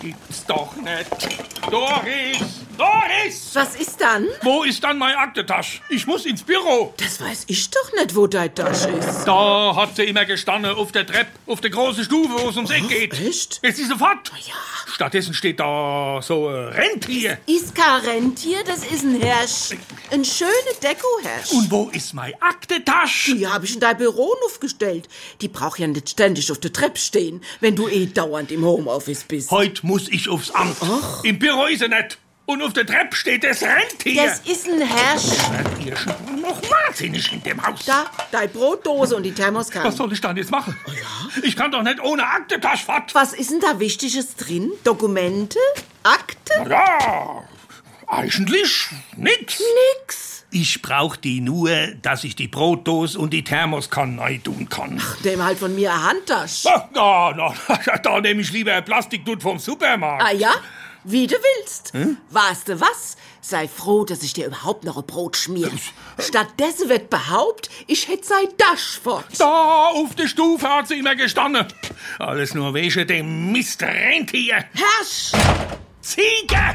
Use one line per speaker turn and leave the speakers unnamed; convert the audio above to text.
Gibt's doch nicht. Doris! Doris!
Was ist dann?
Wo ist dann meine Aktetasche? Ich muss ins Büro.
Das weiß ich doch nicht, wo dein Tasch ist.
Da hat sie immer gestanden, auf der Treppe, auf der großen Stufe, wo es ums Eck geht.
echt? Ah,
Jetzt ist sie fort.
Ja.
Stattdessen steht da so ein Rentier.
Iska Rentier, das ist ein Hirsch. Ein schöner Deko-Hirsch.
Und wo ist meine Aktetasche?
Die habe ich in dein Büro aufgestellt. Die braucht ja nicht ständig auf der Treppe stehen, wenn du eh dauernd im Homeoffice bist.
Heute muss ich aufs Amt. Im Büro ist sie nicht. Und auf der Treppe steht das Rentier.
Das ist ein Hirsch.
Ihr schnurrt noch wahnsinnig in dem Haus.
Da, Oh deine Brotdose und die Thermoskanne.
Was soll ich dann jetzt machen? Ich kann doch nicht ohne Aktetasche fort.
Was ist denn da Wichtiges drin? Dokumente? Akte?
Ja, eigentlich nix.
Nix.
Ich brauch die nur, dass ich die Brotdose und die Thermoskanne neu tun kann.
Dem halt von mir eine Handtasche.
Na, na, na, da nehme ich lieber eine Plastiktüte vom Supermarkt.
Ah ja? Wie du willst. Warst du was? Sei froh, dass ich dir überhaupt noch ein Brot schmier. Stattdessen wird behaupt, ich hätte sei Dasch fort.
Da auf der Stufe hat sie immer gestanden. Alles nur wegen dem Mist Rentier.
Herrsch!
Ziege!